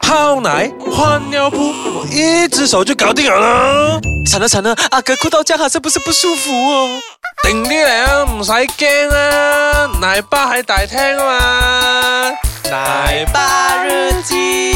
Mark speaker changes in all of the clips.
Speaker 1: 泡奶、换尿布，我一只手就搞定了啦。
Speaker 2: 惨了惨了，阿哥哭到这样，是不是不舒服哦？
Speaker 1: 定啲嚟啊，唔使惊啊，奶爸喺大厅啊嘛。奶
Speaker 2: 爸日记。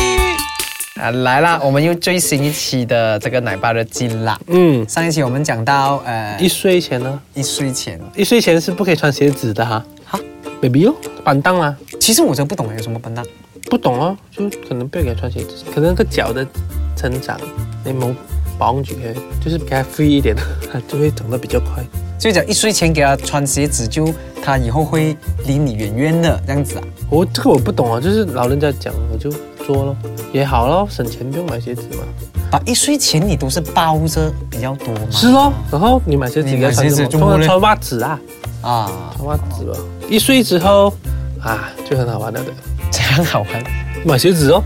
Speaker 3: 啊，来啦！我们又最新一期的这个奶爸日记啦。
Speaker 4: 嗯，
Speaker 3: 上一期我们讲到，呃，
Speaker 4: 一岁前呢，
Speaker 3: 一岁前，
Speaker 4: 一岁前是不可以穿鞋子的哈。
Speaker 3: 哈
Speaker 4: ，baby 哦，板凳啊，
Speaker 3: 其实我真不懂有什么笨蛋。
Speaker 4: 不懂哦，就可能不要给他穿鞋子，可能个脚的成长你冇绑住佢，就是给他 free 一点，他就会长得比较快。
Speaker 3: 就讲一岁前给他穿鞋子，就他以后会离你远远的这样子啊。
Speaker 4: 我这个我不懂啊，就是老人家讲我就做咯，也好咯，省钱不用买鞋子嘛。
Speaker 3: 啊，一岁前你都是包着比较多吗？
Speaker 4: 是咯，然后你买鞋子
Speaker 3: 你
Speaker 4: 给他
Speaker 3: 买
Speaker 4: 穿
Speaker 3: 鞋
Speaker 4: 什么？
Speaker 3: 子就
Speaker 4: 通常
Speaker 3: 不会
Speaker 4: 穿袜子啊，
Speaker 3: 啊，
Speaker 4: 穿袜子吧。一岁之后啊，就很好玩了的。
Speaker 3: 这样好玩。
Speaker 4: 买鞋子哦。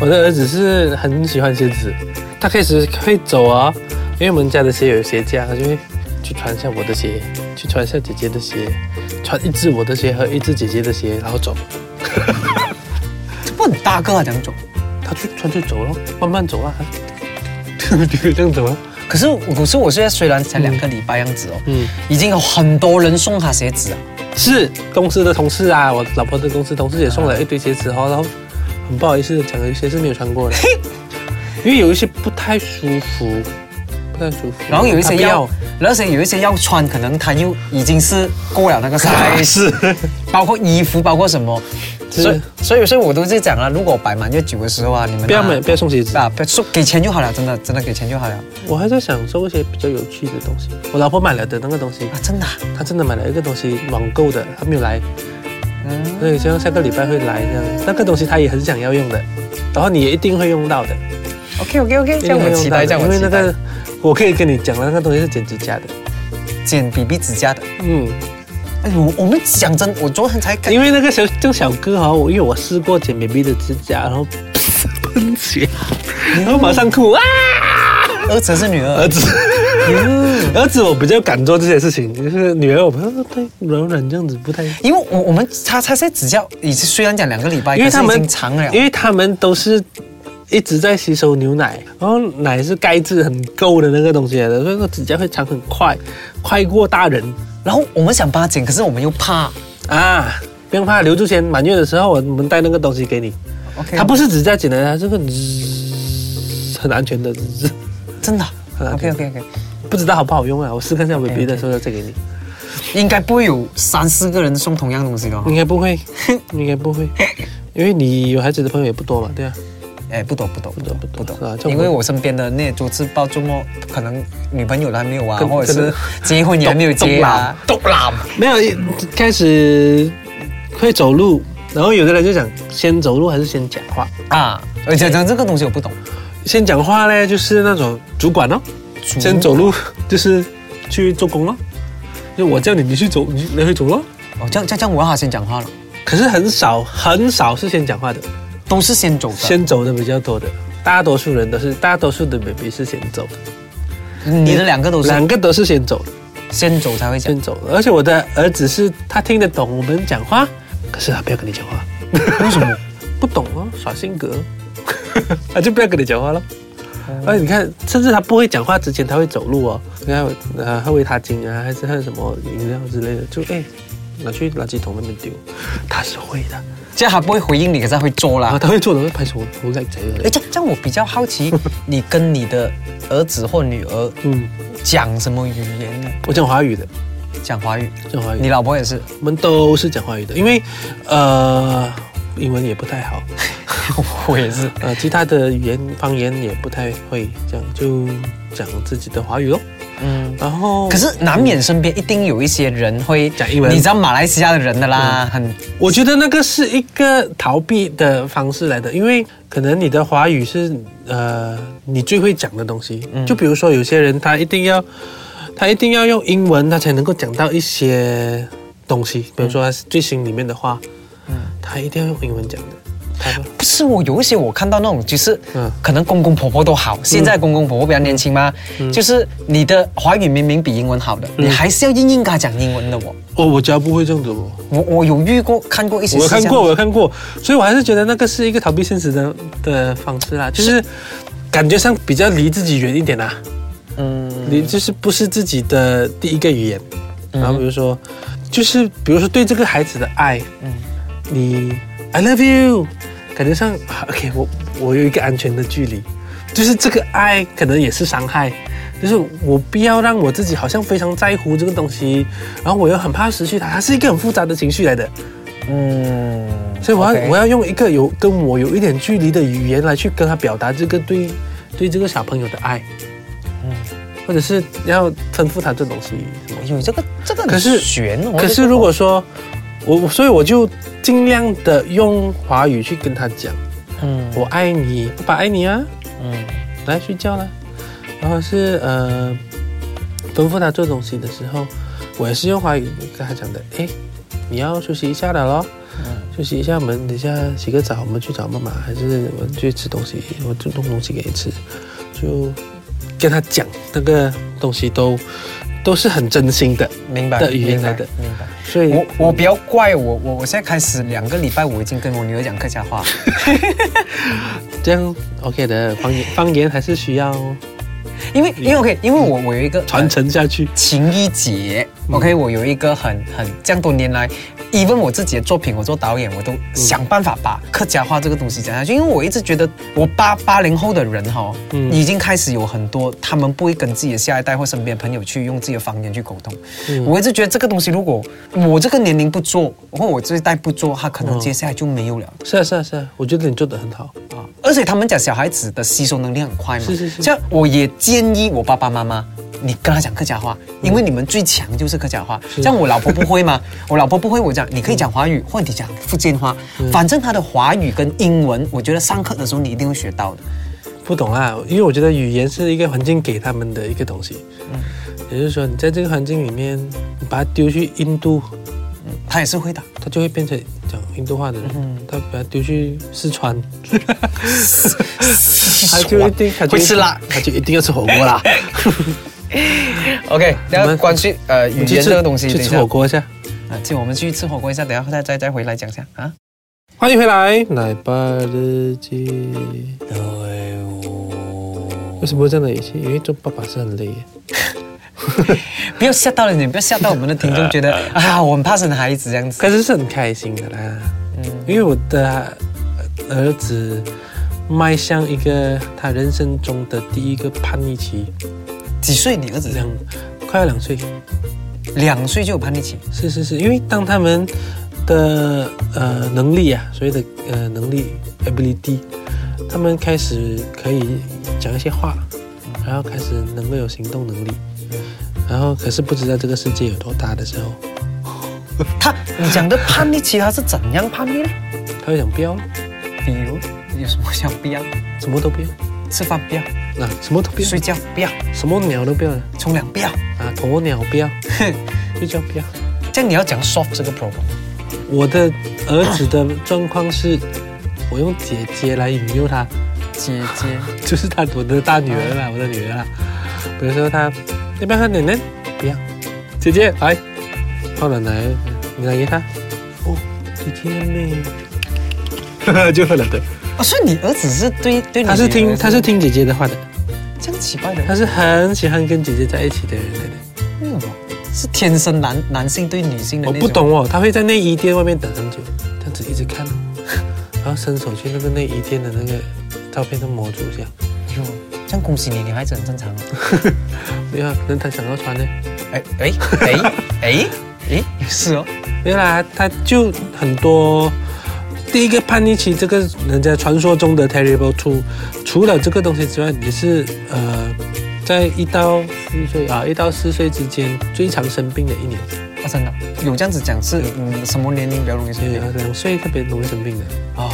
Speaker 4: 我的儿子是很喜欢鞋子，他开始会走啊、因为我们家的鞋有鞋架，他就会去穿一下我的鞋，去穿一下姐姐的鞋，穿一只我的鞋和一只姐姐的鞋，然后走。
Speaker 3: 这不很大个啊，这样走。
Speaker 4: 他就穿就走咯，慢慢走啊， 丢丢这样走啊。
Speaker 3: 可是我，可是我现在虽然才两个礼拜样子哦，
Speaker 4: 嗯，
Speaker 3: 已经有很多人送他鞋子啊。
Speaker 4: 是公司的同事啊，我老婆的公司同事也送了一堆鞋子哦，然后很不好意思地讲，有一些是没有穿过的，因为有一些不太舒服，不太舒服。
Speaker 3: 然后有一些
Speaker 4: 他不
Speaker 3: 要，然后有些有一些要穿，可能他又已经是过了那个 size，包括衣服，包括什么，
Speaker 4: 哎是
Speaker 3: 所以所以所以我都是讲了，如果摆满月酒的时候啊，你们啊
Speaker 4: 不要买，不要送鞋子。
Speaker 3: 啊，不要说给钱就好了，真的真的给钱就好了
Speaker 4: 我还在享受一些比较有趣的东西。我老婆买了的那个东西
Speaker 3: 啊，，真的啊、
Speaker 4: 她真的买了一个东西，网购的，她没有来，
Speaker 3: 嗯，
Speaker 4: 所以希望下个礼拜会来这样。那个东西她也很想要用的，然后你也一定会用到的。
Speaker 3: ，OK OK OK，
Speaker 4: 一定
Speaker 3: 这样
Speaker 4: 会
Speaker 3: 我
Speaker 4: 用
Speaker 3: 期
Speaker 4: 到
Speaker 3: 待，
Speaker 4: 的
Speaker 3: 这样我
Speaker 4: 因为
Speaker 3: 期待，
Speaker 4: 那个我可以跟你讲了，那个东西是剪指甲的。
Speaker 3: 剪 BB 指甲的，
Speaker 4: 嗯，
Speaker 3: 哎呦，我我们讲真，我昨天才看，
Speaker 4: 因为那个小这个小哥哈，我因为我试过剪 baby 的指甲，然后喷血，然后马上哭啊！
Speaker 3: 儿子是女儿
Speaker 4: 儿，子，儿子，我比较敢做这些事情，就是女儿我不太软软这样子，不太。
Speaker 3: 因为我我们他他现在指甲已经虽然讲两个礼拜，
Speaker 4: 因为
Speaker 3: 可是
Speaker 4: 他
Speaker 3: 已
Speaker 4: 们
Speaker 3: 经长了，
Speaker 4: 因为他们都是一直在吸收牛奶，然后奶是钙质很够的那个东西来的，所以说指甲会长很快，快过大人
Speaker 3: 然后我们想帮他剪，可是我们又怕
Speaker 4: 啊。不用怕，留住前满月的时候，我们带那个东西给你。
Speaker 3: ，OK，
Speaker 4: 它不是指甲剪的，它这个滋很安全的，滋
Speaker 3: 真的
Speaker 4: 很安
Speaker 3: ，OK
Speaker 4: 全。
Speaker 3: OK OK。
Speaker 4: 不知道好不好用啊？我试看一下 baby 的时候再给你。
Speaker 3: 应该不会有三四个人送同样东西的、哦。
Speaker 4: 应该不 会，应该不会，因为你有孩子的朋友也不多嘛，对啊，
Speaker 3: 哎，不懂不懂不懂
Speaker 4: 不懂
Speaker 3: 不懂
Speaker 4: 是啊，这样
Speaker 3: 因为我身边的那些周自爆周末可能女朋友都还没有啊，
Speaker 4: 可
Speaker 3: 或者
Speaker 4: 可
Speaker 3: 是
Speaker 4: 能
Speaker 3: 结婚也还没有结啊，都懒。
Speaker 4: 没有一开始会走路，然后有的人就想先走路还是先讲话？
Speaker 3: 啊！而且讲这个东西我不懂，
Speaker 4: 先讲话呢，就是那种主管哦，先走路 就是去做工咯，就我叫你，你去走，你你会走咯。
Speaker 3: 哦，这样这样这样我要先讲话了，
Speaker 4: 可是很少很少是先讲话的，
Speaker 3: 都是先走的。
Speaker 4: 先走的比较多的，大多数人都是，大多数的 baby 是先走的，
Speaker 3: 嗯你的两个都是
Speaker 4: 两个都是先走的。
Speaker 3: 先走才会讲
Speaker 4: 先走了。而且我的儿子是他听得懂我们讲话，可是他不要跟你讲话，
Speaker 3: 为什么？
Speaker 4: 不懂哦，耍性 格，他就不要跟你讲话了。而且你看，甚至他不会讲话之前，他会走路哦。你看，呃，他喂他精啊，还是还有什么饮料之类的，就哎、拿去垃圾桶那边丢，他是会的。
Speaker 3: 这样还不会回应你，可是他会做
Speaker 4: 然
Speaker 3: 啦
Speaker 4: 后。他会做的，会拍手，我叻仔
Speaker 3: 哎，
Speaker 4: 嘅。
Speaker 3: 这样这样我比较 好奇，你跟你的儿子或女儿
Speaker 4: 嗯，
Speaker 3: 讲什么语言呢？
Speaker 4: 我讲华语的，
Speaker 3: 讲华语，
Speaker 4: 讲华语的
Speaker 3: 你。老婆也是。
Speaker 4: 我们都是讲华语的，因为呃，英文也不太好。
Speaker 3: 我也是。
Speaker 4: 呃，其他的语言方言也不太会，这样就讲自己的华语咯。
Speaker 3: 嗯，
Speaker 4: 然后，
Speaker 3: 可是难免身边一定有一些人会
Speaker 4: 讲英文嗯
Speaker 3: 你知道马来西亚的人的啦，很
Speaker 4: 我觉得那个是一个逃避的方式来的，因为可能你的华语是呃你最会讲的东西，就比如说有些人他一定要他一定要用英文，他才能够讲到一嗯些东西，比如说他最新里面的话，他一定要用英文讲的。拍吧
Speaker 3: 不是我有一些我看到那种就是，
Speaker 4: 嗯
Speaker 3: 可能公公婆婆都好，现在公公婆婆比较年轻嘛，
Speaker 4: 嗯
Speaker 3: 就是你的华语明明比英文好的，你还是要硬硬跟他讲英文的我。
Speaker 4: 我我家不会这样子哦，
Speaker 3: 我我有遇过看过一些，
Speaker 4: 我有看过，我，有看过，所以我还是觉得那个是一个逃避现实的的方式啦，就是感觉上比较离自己远一点啦，
Speaker 3: 嗯
Speaker 4: 离就是不是自己的第一个语言，然后比如说，就是比如说对这个孩子的爱，
Speaker 3: 嗯
Speaker 4: 你 I love you，感觉上啊 OK，我我有一个安全的距离，就是这个爱可能也是伤害，就是我不要让我自己好像非常在乎这个东西，然后我又很怕失去它，它是一个很复杂的情绪来的，
Speaker 3: 嗯，
Speaker 4: 所以我要
Speaker 3: OK
Speaker 4: 我要用一个有跟我有一点距离的语言来去跟他表达这个对对这个小朋友的爱，
Speaker 3: 嗯
Speaker 4: 或者是要吩咐他这东西什么
Speaker 3: 哎。呦，这个这个
Speaker 4: 可是
Speaker 3: 很悬哦，
Speaker 4: 可
Speaker 3: 这
Speaker 4: 是
Speaker 3: 个
Speaker 4: 如果说我，我所以我就尽量的用华语去跟他讲，
Speaker 3: 嗯
Speaker 4: 我爱你，爸爸爱你啊，
Speaker 3: 嗯
Speaker 4: 来睡觉啦。然后是呃，吩咐他做东西的时候，我也是用华语跟他讲的，哎，你要休息一下了咯。
Speaker 3: 嗯
Speaker 4: 休息一下，我们等一下洗个澡，我们去找妈妈，还是我们去吃东西，我就弄东西给你吃，就跟他讲那个东西都都是很真心的，
Speaker 3: 明白
Speaker 4: 的语言
Speaker 3: 明白
Speaker 4: 来的
Speaker 3: 明白。
Speaker 4: 所以
Speaker 3: 我我比较怪我我我现在开始两个礼拜我已经跟我女儿讲客家话，
Speaker 4: 这样 OK 的，方言方言还是需要
Speaker 3: 因为因为 OK，因为我我有一个
Speaker 4: 嗯传承嗯下去。
Speaker 3: 情谊节，OK，我有一个很很这样多年来，even 我自己的作品，我做导演，我都想办法把客家话这个东西讲下去，因为我一直觉得我八八零后的人哈、哦，
Speaker 4: 嗯
Speaker 3: 已经开始有很多他们不会跟自己的下一代或身边的朋友去用自己的方言去沟通，
Speaker 4: 嗯
Speaker 3: 我一直觉得这个东西如果我这个年龄不做，或我这一代不做，他可能
Speaker 4: 嗯
Speaker 3: 接下来就没有了。
Speaker 4: 是啊是啊是啊，我觉得你做的很好。
Speaker 3: 啊而且他们讲小孩子的吸收能力很快嘛，
Speaker 4: 是是是
Speaker 3: 像我也建议我爸爸妈妈，你跟他讲客家话，因为你们最强就是客家话。像我老婆不 会嘛，我老婆不会，我讲你可以讲华语，或者你讲福建话，
Speaker 4: 嗯
Speaker 3: 反正他的华语跟英文，我觉得上课的时候你一定会学到的。
Speaker 4: 不懂啦，因为我觉得语言是一个环境给他们的一个东西。也就是说，你在这个环境里面，你把它丢去印度，
Speaker 3: 他也是会 的，
Speaker 4: 他就会变成讲印度话的人；他把它丢去四川，他就 一定他就
Speaker 3: 会
Speaker 4: 一定
Speaker 3: 吃辣。
Speaker 4: 他就一定要吃火锅啦。
Speaker 3: OK，
Speaker 4: 我
Speaker 3: 那
Speaker 4: 们
Speaker 3: 关于呃语
Speaker 4: 你去
Speaker 3: 言
Speaker 4: 吃
Speaker 3: 这个东西，
Speaker 4: 去
Speaker 3: 等一
Speaker 4: 吃
Speaker 3: 下
Speaker 4: 火锅一下。
Speaker 3: 啊，就我们去吃火锅一下，等一下再再再回来讲一下 啊。
Speaker 4: 欢迎回来，奶爸日记。为什么会这样的语气？因为做爸爸是很累的。
Speaker 3: 不要吓到了你，不要吓到我们的听众，觉 得啊，我很怕生孩子这样子。
Speaker 4: 可是是很开心的啦，
Speaker 3: 嗯
Speaker 4: 因为我的呃儿子迈向一个他人生中的第一个叛逆期，
Speaker 3: 几岁？你儿子？
Speaker 4: 两快要两岁，
Speaker 3: 两岁就有叛逆期。
Speaker 4: 是是是，因为当他们的呃能力啊，所谓的呃能力 ability，他们开始可以讲一些话，然后开始能够有行动能力，然后可是不知道这个世界有多大的时候，
Speaker 3: 他，你讲的叛逆期，他是怎样叛逆呢？
Speaker 4: 他会想不要，
Speaker 3: 比如有什么想不要，
Speaker 4: 什么都不要，
Speaker 3: 吃饭不要，
Speaker 4: 那、什么都不要，
Speaker 3: 睡觉不要，
Speaker 4: 什么鸟都不要了。
Speaker 3: 冲凉不要。
Speaker 4: 啊，鸵鸟不要，
Speaker 3: 哼，
Speaker 4: 睡觉不要。
Speaker 3: 这样你要讲 soft 这个 problem。
Speaker 4: 我的儿子的状况是，我用姐姐来引诱他，
Speaker 3: 姐姐，
Speaker 4: 就是他我的大女儿啦，我的女儿啦。比如说他要不要喝奶奶？不要，姐姐来，泡了奶，你来给他。哦，姐姐呢？ 就喝了的，
Speaker 3: 哦，所以你儿子是对对你
Speaker 4: 他是听他是听姐姐的话的，
Speaker 3: 这样奇怪的，
Speaker 4: 他是很喜欢跟姐姐在一起的人来的。
Speaker 3: 为什么？是天生男男性对女性的
Speaker 4: 我
Speaker 3: 那种
Speaker 4: 不，懂哦，他会在内衣店外面等很久，这样子一直看哦， 然后伸手去那个内衣店的那个照片的模组下，
Speaker 3: 哟，这样恭喜你，女孩子很正常哦。
Speaker 4: 没有啊，可能他想要穿呢。
Speaker 3: 哎哎 哎哎哎，是哦，
Speaker 4: 没有啦，他就很多。第一个叛逆期，这个人家传说中的 terrible two，除了这个东西之外，也是呃，在一到四岁啊，一到四岁之间最常生病的一年，
Speaker 3: 啊真的有这样子讲是嗯什么年龄比较容易生
Speaker 4: 对
Speaker 3: 病
Speaker 4: 啊，两岁特别容易生病的。
Speaker 3: 哦？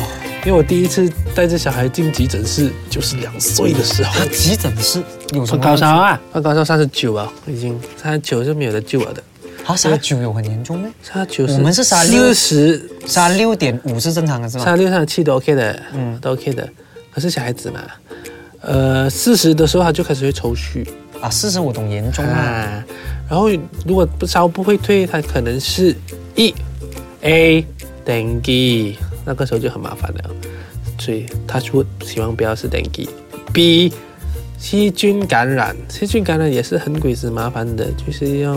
Speaker 4: 因为我第一次带着小孩进急诊室，就是两岁的 时候。
Speaker 3: 他急诊室有什么
Speaker 4: 啊，发高烧三十九啊，已经三十九是没有得救了的。
Speaker 3: 啊，杀九有很严重咩？
Speaker 4: 杀九十，
Speaker 3: 我们是杀六
Speaker 4: 四十，
Speaker 3: 杀六点五是正常的，是
Speaker 4: 杀
Speaker 3: 吗？
Speaker 4: 六杀七都 OK 的，嗯，都 OK 的。可是小孩子嘛，呃，四十的时候他就开始会抽搐
Speaker 3: 啊，四十我懂严重啦。
Speaker 4: 啊，然后如果不烧不会退，他可能是一 A dengue，那个时候就很麻烦了。所以他说希望不要是 dengue，B 细菌感染，细菌感染也是很鬼子麻烦的，就是要，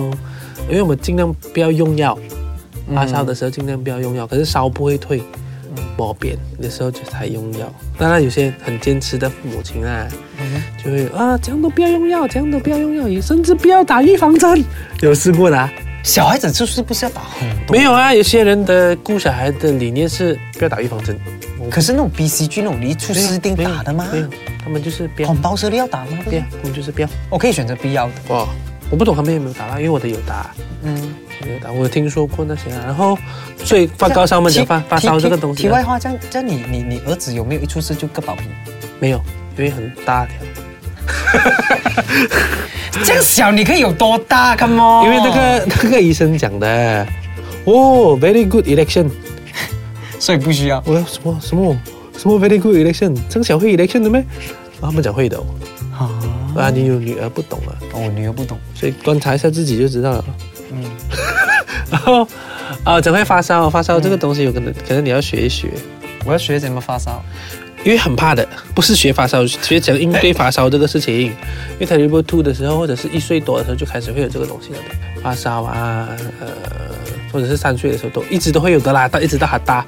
Speaker 4: 因为我们尽量不要用药，
Speaker 3: 嗯
Speaker 4: 发烧的时候尽量不要用药，可是烧不会退，抹扁的时候就才用药。当然有些很坚持的父母亲啊，
Speaker 3: 嗯
Speaker 4: 就会啊，这样都不要用药，这样都不要用药，也甚至不要打预防针，有试过的、啊？
Speaker 3: 小孩子就是不是要打很多？
Speaker 4: 没有啊，有些人的顾小孩的理念是不要打预防针，
Speaker 3: 可是那种 B C G 那种，你一出事一定
Speaker 4: 没有
Speaker 3: 打的吗？
Speaker 4: 没有，他们就是不要
Speaker 3: 恐，包蛇都要打吗？
Speaker 4: 不要，他们就是不要。
Speaker 3: 我可以选择必要的。
Speaker 4: 哇，我不懂他们有没有打啦，因为我的有打，
Speaker 3: 嗯，
Speaker 4: 我的有打，我有听说过那些啊。然后，所以发高烧嘛，讲发发烧这个东西
Speaker 3: 题
Speaker 4: 啊、
Speaker 3: 外话，这样这样你你你儿子有没有一出事就割包皮？
Speaker 4: 没有，因为很大条。
Speaker 3: 这样小你可以有多大？Come on！
Speaker 4: 因为那个那个医生讲的，哦，very good election，
Speaker 3: 所以不需要
Speaker 4: 我要什么什么什么 very good election，曾小慧 election 的咩？啊他们讲会的哦、
Speaker 3: 啊。
Speaker 4: 啊，你有女儿不懂啊，
Speaker 3: 哦我女儿不懂，
Speaker 4: 所以观察一下自己就知道了。 嗯，然后啊，怎么会发烧？发烧这个东西有可能，可能你要学一学，
Speaker 3: 我要学怎么发烧。
Speaker 4: 因为很怕的，不是学发烧，学怎样应对发烧这个事情。因为 terrible two 的时候，或者是一岁多的时候就开始会有这个东西了的，发烧啊，呃，或者是三岁的时候都一直都会有的啦，到一直到哈大。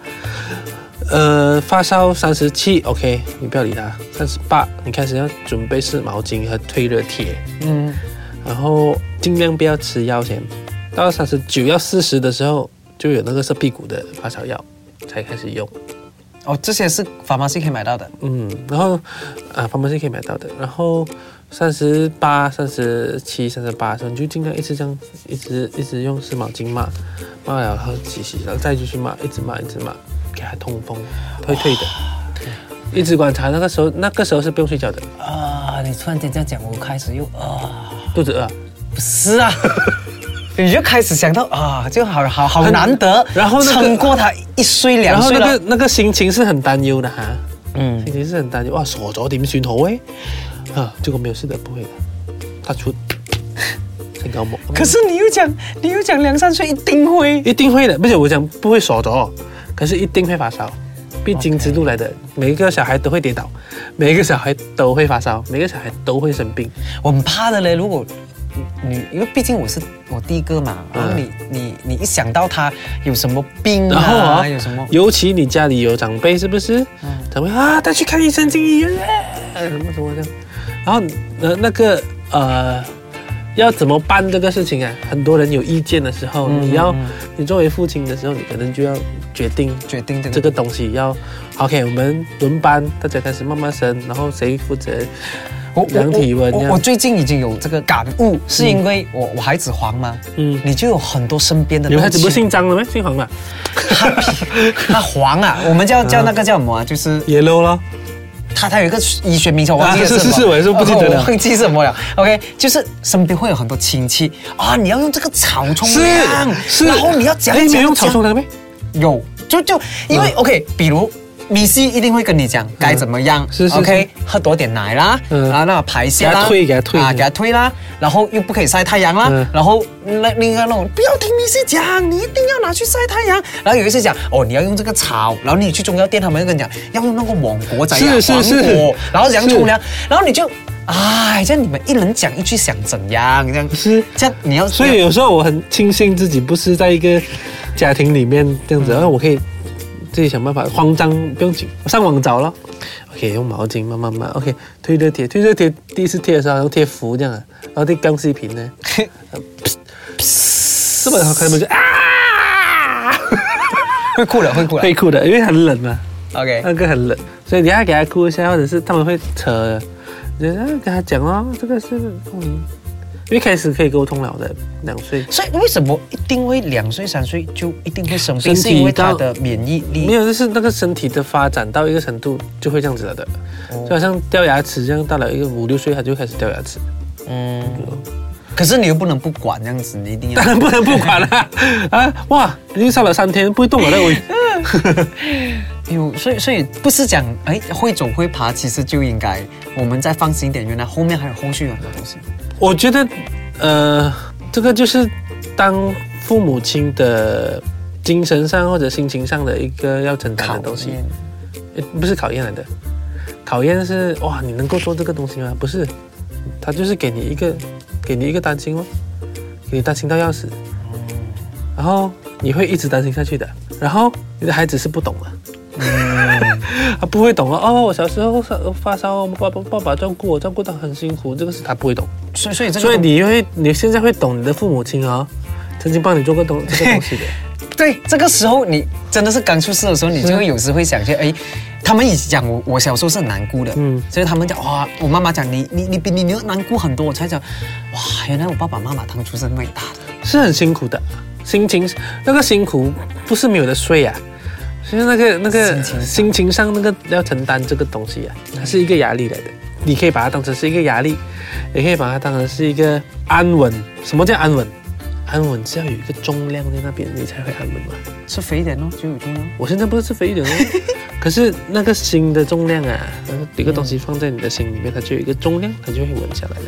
Speaker 4: 呃，发烧三十七，OK，你不要理它。三十八，你开始要准备是毛巾和退热贴。
Speaker 3: 嗯，
Speaker 4: 然后尽量不要吃药先。到三十九要四十的时候，就有那个射屁股的发烧药才开始用。
Speaker 3: 哦，这些是法妈是可以买到的。
Speaker 4: 嗯，然后啊，旁边是可以买到的。然后三十八、三十七、三十八的时候，你就尽量一直这样，一直一直用湿毛巾抹，抹了然后洗洗，然后再继续抹，一直抹，一直抹，给它通风，会退的。一直观察，那个时候那个时候是不用睡觉的，
Speaker 3: 啊，你突然间这样讲，我开始又啊，
Speaker 4: 肚子饿。
Speaker 3: 不是啊， 你就开始想到啊，就好好好
Speaker 4: 很
Speaker 3: 难 得，
Speaker 4: 然后那个
Speaker 3: 撑过他一岁
Speaker 4: 然
Speaker 3: 两
Speaker 4: 后
Speaker 3: 岁
Speaker 4: 那
Speaker 3: 了
Speaker 4: 个，那个心情是很担忧的哈。
Speaker 3: 嗯，
Speaker 4: 心情是很担忧，哇，傻咗點算好诶？啊，結果沒有事的，不會的。他出 身高模，
Speaker 3: 可是你又讲，你又讲两三岁一定会，
Speaker 4: 一定會的，不是我講不會傻咗，可哦是一定會發燒，必經之路來的。每一個小孩都會跌倒，每一個小孩都會發燒，每一個小孩都會生病。
Speaker 3: 我很怕的嘞。如果你，因为毕竟我是我第一个嘛，然后你你你一想到他有什么病
Speaker 4: 然後
Speaker 3: 啊，
Speaker 4: 啊，
Speaker 3: 有什么，
Speaker 4: 尤其你家裡有長輩，是不是？長輩啊，帶去看醫生，進醫院，哎什麼什麼這樣。然後呃那個呃。要怎么办这个事情啊？很多人有意见的时候，你要，你作为父亲的时候，你可能就要决定
Speaker 3: 决定这
Speaker 4: 这
Speaker 3: 个
Speaker 4: 个东西要，OK，我们轮班，大家开始慢慢生，然后谁负责
Speaker 3: 我
Speaker 4: 量体温
Speaker 3: 我
Speaker 4: 这
Speaker 3: 我我
Speaker 4: 样，
Speaker 3: 最近已经有这个感悟，是因为我我孩子黄嘛，
Speaker 4: 嗯，
Speaker 3: 你就有很多身边的
Speaker 4: 你们孩子
Speaker 3: 亲
Speaker 4: 不是姓张的吗？姓黄的
Speaker 3: 他黄啊，我们叫叫那个叫什么啊？就是
Speaker 4: ，yellow 咯，
Speaker 3: 他他有一个医学名称，我忘记
Speaker 4: 啊
Speaker 3: 了
Speaker 4: 是
Speaker 3: 什么
Speaker 4: 是是我也是不记得了
Speaker 3: 哦 我忘记什么了。OK，就是身边会有很多亲戚啊，你要用这个草冲凉，
Speaker 4: 是，
Speaker 3: 然后你要讲
Speaker 4: 哎，你有用草丛的没？
Speaker 3: 有，就就因为、OK，比如。米西一定会跟你讲该怎么样、
Speaker 4: 是是
Speaker 3: o k 喝多点奶啦，
Speaker 4: 嗯
Speaker 3: 然后那排泄
Speaker 4: 给
Speaker 3: 啦，
Speaker 4: 他退给他退
Speaker 3: 啊，给他推啦，然后又不可以晒太阳啦，
Speaker 4: 嗯
Speaker 3: 然后那另一个那种不要听米西讲，你一定要拿去晒太阳，然后有一些讲哦你要用这个草，然后你去中药店他们会跟你讲要用那个网果仔呀、
Speaker 4: 是是是
Speaker 3: 黄果，然后怎样
Speaker 4: 是
Speaker 3: 冲凉，然后你就哎，这样你们一人讲一句想怎样这样，
Speaker 4: 是
Speaker 3: 这样你要
Speaker 4: 所以有时候我很庆幸自己不是在一个家庭里面这样子，然后我可以自己想办法，慌张不用紧，我上网找咯。OK，用毛巾慢慢抹。OK，推热贴，推热贴第一次贴的时候好像贴符这样啊，然后贴钢丝瓶呢， 这么好看们就啊，
Speaker 3: 会哭了会哭了
Speaker 4: 会哭的，因为很冷啊嘛，
Speaker 3: ，OK，
Speaker 4: 那个很冷，所以你要给他哭一下，或者是他们会扯，你就跟他讲哦，这个是嗯，因为开始可以沟通了的，两岁。
Speaker 3: 所以为什么一定会两岁三岁就一定会生
Speaker 4: 身
Speaker 3: 病？
Speaker 4: 体
Speaker 3: 是因为他
Speaker 4: 到
Speaker 3: 的免疫力
Speaker 4: 没有，就是那个身体的发展到一个程度就会这样子了的，就好像掉牙齿这样，到了一个五六岁他就开始掉牙齿，
Speaker 3: 嗯，可是你又不能不管这样子，你一定 要
Speaker 4: 当。然 不能不管了啊！哇，已经烧了三天，不会动了那位。
Speaker 3: 哎呦，所以所以不是讲哎会走会爬，其实就应该我们再放心一点，原来后面还有后续有很多东西。
Speaker 4: 我觉得，呃，这个就是当父母亲的精神上或者心情上的一个要承担的东西，
Speaker 3: 验
Speaker 4: 诶不是考验来的。考验是哇，你能够做这个东西吗？不是，他就是给你一个，给你一个担心哦，给你担心到要死，然后你会一直担心下去的。然后你的孩子是不懂的。 他不会懂哦，哦，我小时候发烧，我爸爸爸爸照顾我，照顾到很辛苦，这个是他不会懂。
Speaker 3: 所以所以这个
Speaker 4: 所以你会，你现在会懂你的父母亲哦，曾经帮你做过东这个东西的。
Speaker 3: 对，这个时候你真的是刚出世的时候，你就会有时会想去，哎，他们一直讲我我小时候是很难过的，嗯
Speaker 4: 嗯，
Speaker 3: 所以他们讲哇，我妈妈讲你你你比你你难过很多，我才讲，哇，原来我爸爸妈妈当初是伟大的，
Speaker 4: 是很辛苦的，心情那个辛苦不是没有的睡啊，就是那个那个
Speaker 3: 心情上
Speaker 4: 心情上那个要承担这个东西啊，它是一个压力来的。你可以把它当成是一个压力，也可以把它当成是一个安稳。什么叫安稳？安稳是要有一个重量在那边，你才会安稳嘛。
Speaker 3: 吃肥一点哦，就有重要。
Speaker 4: 我现在不是吃肥一点哦， 可是那个心的重量啊，那个一个东西放在你的心里面，它就有一个重量，它就会稳下来的。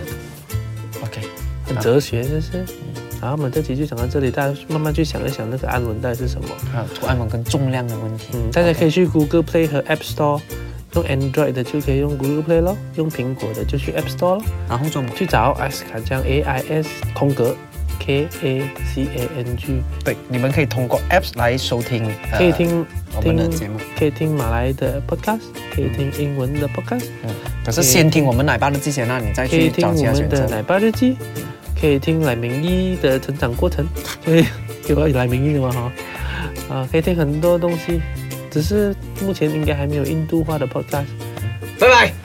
Speaker 3: OK，
Speaker 4: 很哲学，就是。然后我们这集就讲到这里，大家慢慢去想一想那个安稳到底是什么。
Speaker 3: 啊，图案文跟重量的问题，
Speaker 4: 嗯，大家可以去 Google Play 和 App Store，用 Android 的就可以用 Google Play 咯，用苹果的就去 App Store 咯，
Speaker 3: 然后做什么？
Speaker 4: 去找阿斯卡江 A I S 空格 K A C A N G，
Speaker 3: 对，你们可以通过 Apps 来收听，呃
Speaker 4: 可以听
Speaker 3: 我们的节
Speaker 4: 听
Speaker 3: 目，
Speaker 4: 可以听马来的 podcast，可以听英文的 podcast，
Speaker 3: 嗯，可是先听我们奶爸的之前啊呢，你再
Speaker 4: 可以
Speaker 3: 去
Speaker 4: 听
Speaker 3: 找
Speaker 4: 我
Speaker 3: 其他
Speaker 4: 们
Speaker 3: 选
Speaker 4: 的
Speaker 3: 择。
Speaker 4: 奶爸日记，可以听赖明义的成长过程， 可以有赖明义的嘛哈，啊，可以听很多东西，只是目前应该还没有印度话的 podcast。
Speaker 3: 拜拜。